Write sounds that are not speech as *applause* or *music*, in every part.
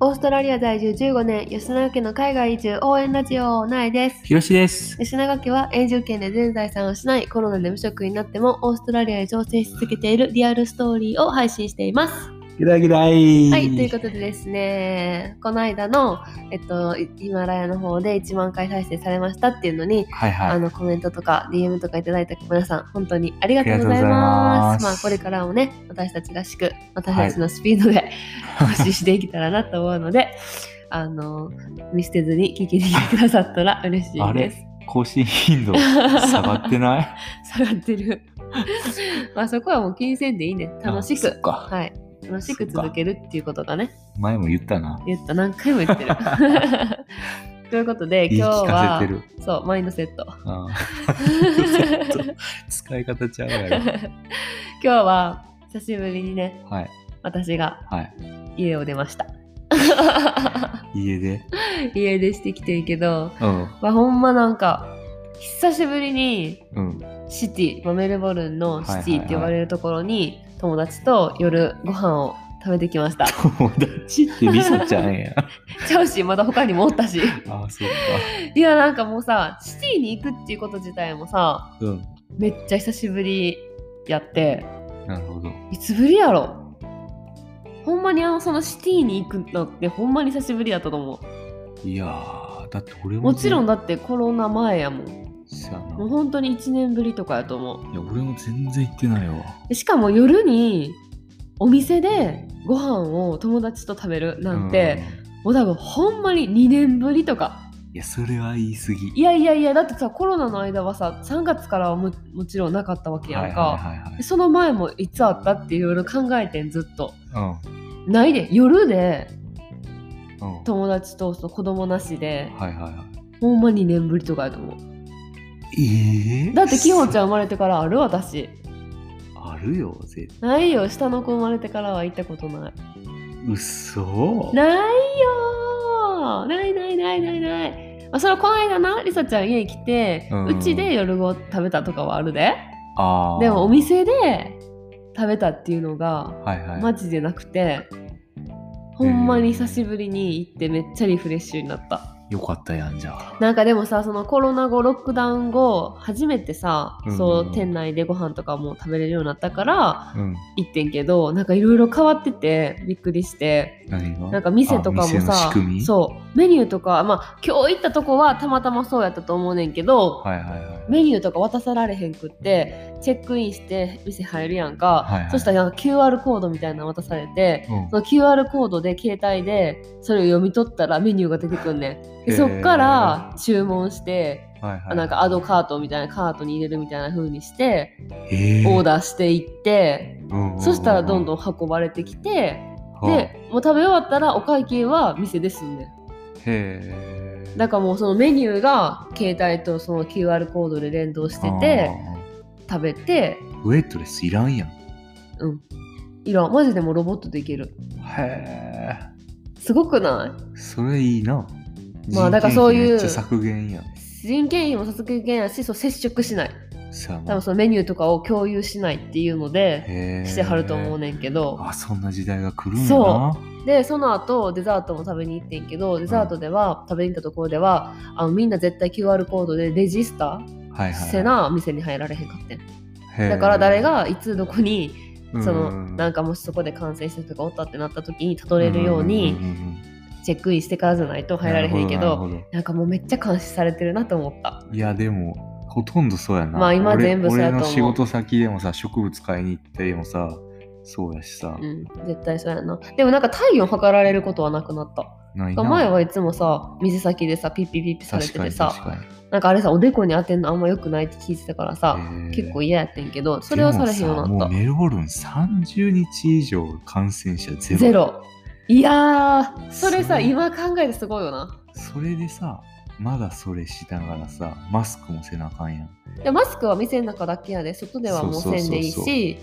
オーストラリア在住15年、吉永家の海外移住応援ラジオないです。ひろしです。吉永家は永住権で全財産を失い、コロナで無職になってもオーストラリアへ挑戦し続けているリアルストーリーを配信しています。ギラギラい。はい、ということでですね、この間の、えっと、いヒマラヤの方で1万回再生されましたっていうのに、はいはあい。のコメントとか DM とかいただいた皆さん、本当にありがとうございます。まありがとうございますあ、これからもね、私たちらしく、私たちのスピードで発信していけたらなと思うので、 *laughs* あの、見捨てずに聞きに来てくださったら嬉しいあでれす。更新頻度下がってない *laughs* 下がってる。まあ、そこはもう金銭でいいね。楽しあそっく。かはい。楽しく続けるっていうことがね。前も言ったな。言った何回も言 *laughs* ってる。ということで言い今日聞かはせてる。そうマインドセット。うん *laughs* 今ちょっと使い方ちゃうやろ。日は久しぶりにねはい私がはい。家を出ました。家で。家出してきてんけど、うんまあ、ほんまなんか久しぶりにうんシティ、まあメルボルンのシテはいはいィはいって呼ばれるところに友達と夜ご飯を食べてきま *laughs* した。友達ってみそちゃ *laughs* んや。チャウシーまだ他にもおったし。あそっいやなんかもうさシティに行くっていうこと自体もさか。うん。めっちゃ久しぶりやってなるほど。いつぶりやろほんまにあのそのシティに行くのってほんまに久しぶりやったと思いやーだって俺うももちろんだ。だってコロナ前やもんそうやなもう本当に1年ぶりとかやと思ういや俺も全然行ってないわ。でしかも夜にお店でご飯を友達と食べるなんて、うもう多分ほんまに2年ぶりとかん。いやそれは言い過ぎ。いやいやいやだってさコロナの間はさ3月からはももちろんなかったわけやんか、はいはいはいでその前もいつあったっていろいろ考えてんずっとはい。ないで夜でうん。うん。友達とその子供なしではいはいはい。ほんま2年ぶりとかやと思うええだってきほちゃん生まれてからある私あるよ絶対ないよ下の子生まれてからは行ったことないうそないよーないないないないないあそれはこの間なりさちゃん家来てうんうちで夜ご飯食べたとかはあるであーでもお店で食べたっていうのがはいはい、マジでなくてほんまに久しぶりに行ってめっちゃリフレッシュになったよかったやんじゃあなんかでもさそのコロナ後ロックダウン後初めてさ、うんそう店内でご飯とかも食べれるようになったからうん行ってんけどなんかいろいろ変わっててびっくりして何がなんか店とかもあ店の仕さ組みそうメニューとかまあ今日行ったとこはたまたまそうやったと思うねんけど、はいはいはいメニューとか渡さられへんくってチェックインして店入るやんか、はいはいそしたらなんか QR コードみたいなの渡されて、うんその QR コードで携帯でそれを読み取ったらメニューが出てくんねん。でへーそっから注文して、はいはいなんかアドカートみたいなカートに入れるみたいな風にして、えオーダダーしていって、ーそしたらどんどんん運ばれてきて、うんうんうんうんへでもう食べ終わったらお会計は店ですんねん。えだからもうそのメニューが携帯とその QR コードで連動してて食べてウェイトレスいらんやんへうんいらんマジでもうロボットでいけるえすごくないそれいいなまあだからそういう人件費めっちゃ削減やん人件費も削減やしそう接触しないさあ多分そのメニューとかを共有しないっていうのでへえしてはると思うねんけどあそんな時代が来るんやなそでその後デザートも食べに行ってんけどデザートでは、食べに行ったところではあのみんな絶対 QR コードでレジスタはいはいはいせな店に入られへんかってんへえだから誰がいつどこにうんそのなんかもしそこで感染した人がおったってなった時にたどれるようにんんうんうんチェックインしてからじゃないと入られへんけどななるほなるんかもうめっちゃ監視されてるなと思ったほどいやでもほとんどそうやなまあ今俺全部そうやと思う俺の仕事先でもさ植物買いに行ってもさそうやしさ、うん絶対そうやなでもなんか体温測られることはなくなったないな前はいつもさ水先でさピッピッピッピされ確てかてにさ確かになんかあれさおでこに当てんのあんま良くないって聞いてたからさへえ結構嫌やってんけどそれはされへんようにでもなさっもうメルボルン30日以上感染者ゼたロゼロいやーそれそさう今考えてすごいよなそれでさまだそれしながらさマスクもせなあかんやんでマスクは店の中だけやで外ではもうせんでいいそうそうし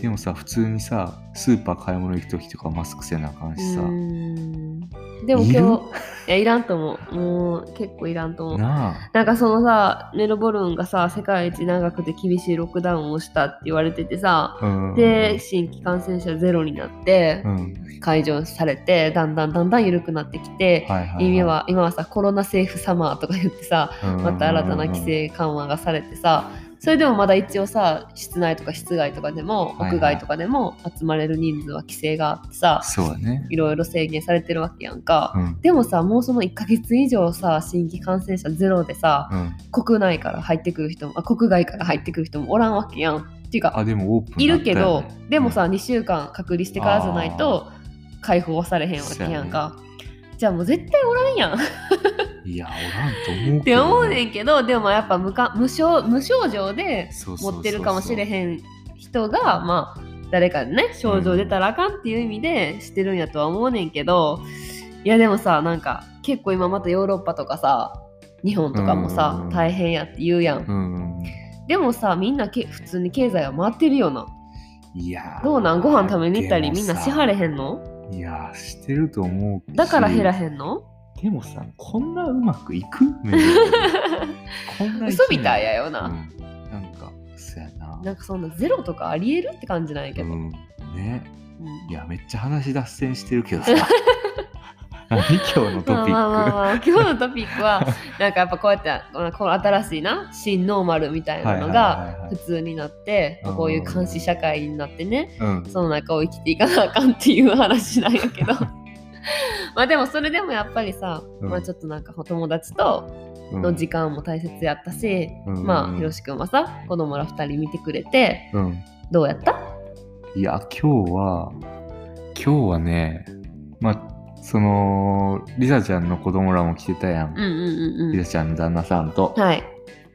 でもさ普通にさスーパー買い物行く時とかマスクせなあかんうしさーんでもいる今日、いや、いらんと思う。もう結構いらんと思う。なあなんかそのさ、メルボルンがさ、世界一長くて厳しいロックダウンをしたって言われててさ、うんで、新規感染者ゼロになってう、ん、解除されて、だんだんだんだん緩くなってきて、はいはいはい、今は、今はさ、コロナセーフサマーとか言ってさ、また新たな規制緩和がされてさそれでもまだ一応さ室内とか室外とかでもはいはい屋外とかでも集まれる人数は規制があってさそうだね、いろいろ制限されてるわけやんかうんでもさもうその1ヶ月以上さ新規感染者ゼロでさうん、国内から入ってくる人もあ国外から入ってくる人もおらんわけやんっていうかあでもオープンいるけだどったよねでもさ2週間隔離してからじゃないと解放はされへんわけやんかじゃあもう絶対おらんやんいやおらんと思うっけてど思うねんけどでもやっぱ無か無症無症状でそうそうそうそう持ってるかもしれへん人がまあ誰かね症状出たらあかんっていう意味でしてるんやとは思うねんけどいやでもさなんか結構今またヨーロッパとかさ日本とかもうんうんさうん大変やって言うやんうんでもさみんなけ普通に経済は回ってるよないやーどうなんご飯食べに行ったりでみもんさなしはれへんのいやーしてると思うしだから減らへんのでもさこんなうまくいくこんな一 *laughs* 年嘘みたいやような、ん、なんかそうやななんかそんなゼロとかありえるって感じなんやけうど、んねうんいやめっちゃ話脱線してる *laughs* けどさ何今日のトピック、まあまあまあまあ今日のトピック *laughs* はなんかやっぱこうやってこのこの新しいな新ノーマルみたいなのはいはいはいがはい普通になって、まあこういう監視社会になってねうんその中を生きていかなあかんっていう話なんやけ *laughs* ど *laughs* まあでもそれでもやっぱりさ、うんまあちょっとなんかお友達とうんの時間も大切やったし、うんまあひろしくんはさ子供ら2人見てくれてうんどうやったいや今日は今日はねまあそのリサちゃんの子供らも来てたやうんん、うんうんリうサちゃんの旦那さんと、んはい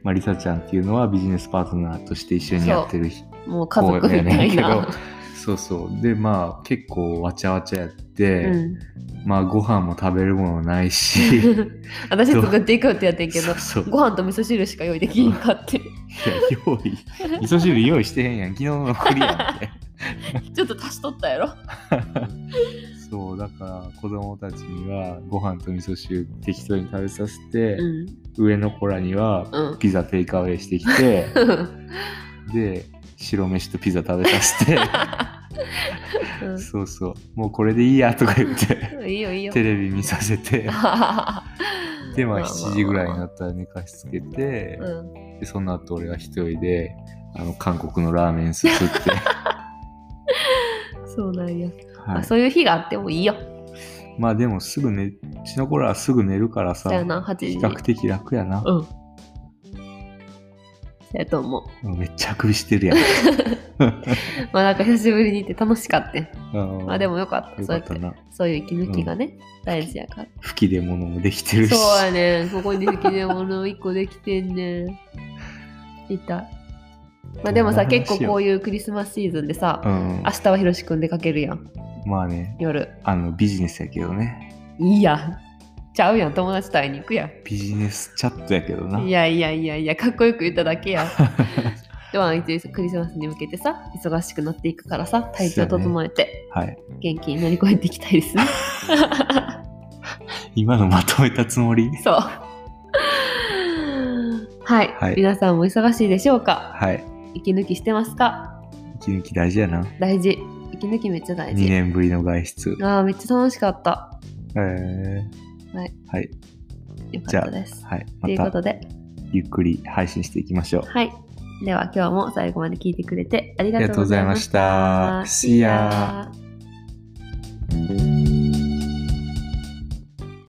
まあ、リサちゃんっていうのはビジネスパートナーとして一緒にやってる人もう家族みたいな、そうそうでまあ結構わちゃわちゃやっうて、ん、まあご飯も食べるものな *laughs* いし私作っていくってやってんけどそうそうご飯と味噌汁しか用意できんかっていや用意味噌汁用意してへんやん昨日の残 *laughs* りやんってちょっと足しとったやろそうだから子供たちにはご飯と味噌汁適当に食べさせて、うん上の子らにはうんピザテイクアウェイしてきて *laughs* で白飯とピザ食べさ *laughs* せて *laughs* そうそうもうこれでいいやとか言 *laughs* ってうんいいよいいよテレビ見させてでまあまあまあまあ7時ぐらいになったら寝かしつけて、うんでその後俺は一人であの韓国のラーメンす *laughs* すって、そうなんや、はあい、そういう日があってもいいよまあでもすぐ寝うちの子らはすぐ寝るからさそうやな8時比に較的楽やな、うんそうやと思うもうめっちゃあくびしてるやんまあなんか久しぶりに行って楽しかったね *laughs* まあでももよかったよそうやかっってたなそういう息抜きがね、大事やから吹き出物もできてるしそうやねんここに引き出物1個できてんねん痛いまあでもさどんな話よ結構こういうクリスマスシーズンでさ、うん明日はひろしくん出かけるやんまあね夜あのビジネスやけどねいいやんちゃうやん友達と会いに行くやビジネスチャットやけどなんいやいやいやいやかっこよく言っただけや *laughs* では一応クリスマスに向けてさ忙しくなっていくからさ体調整えてはい元気に乗り越えていきたいですね今のまとめたつもり *laughs* そう *laughs* はい、はい皆さんも忙しいでしょうかはい息抜きしてますか息抜き大事やな大事息抜きめっちゃ大2事年ぶりの外出あーめっちゃ楽しかったえーはいはい、よかじっゃたあですはい、というまこたとでゆっくり配信していきましょうはいでは今日も最後まで聞いてくれてありあがりがととうごうござざいいままししたた See ya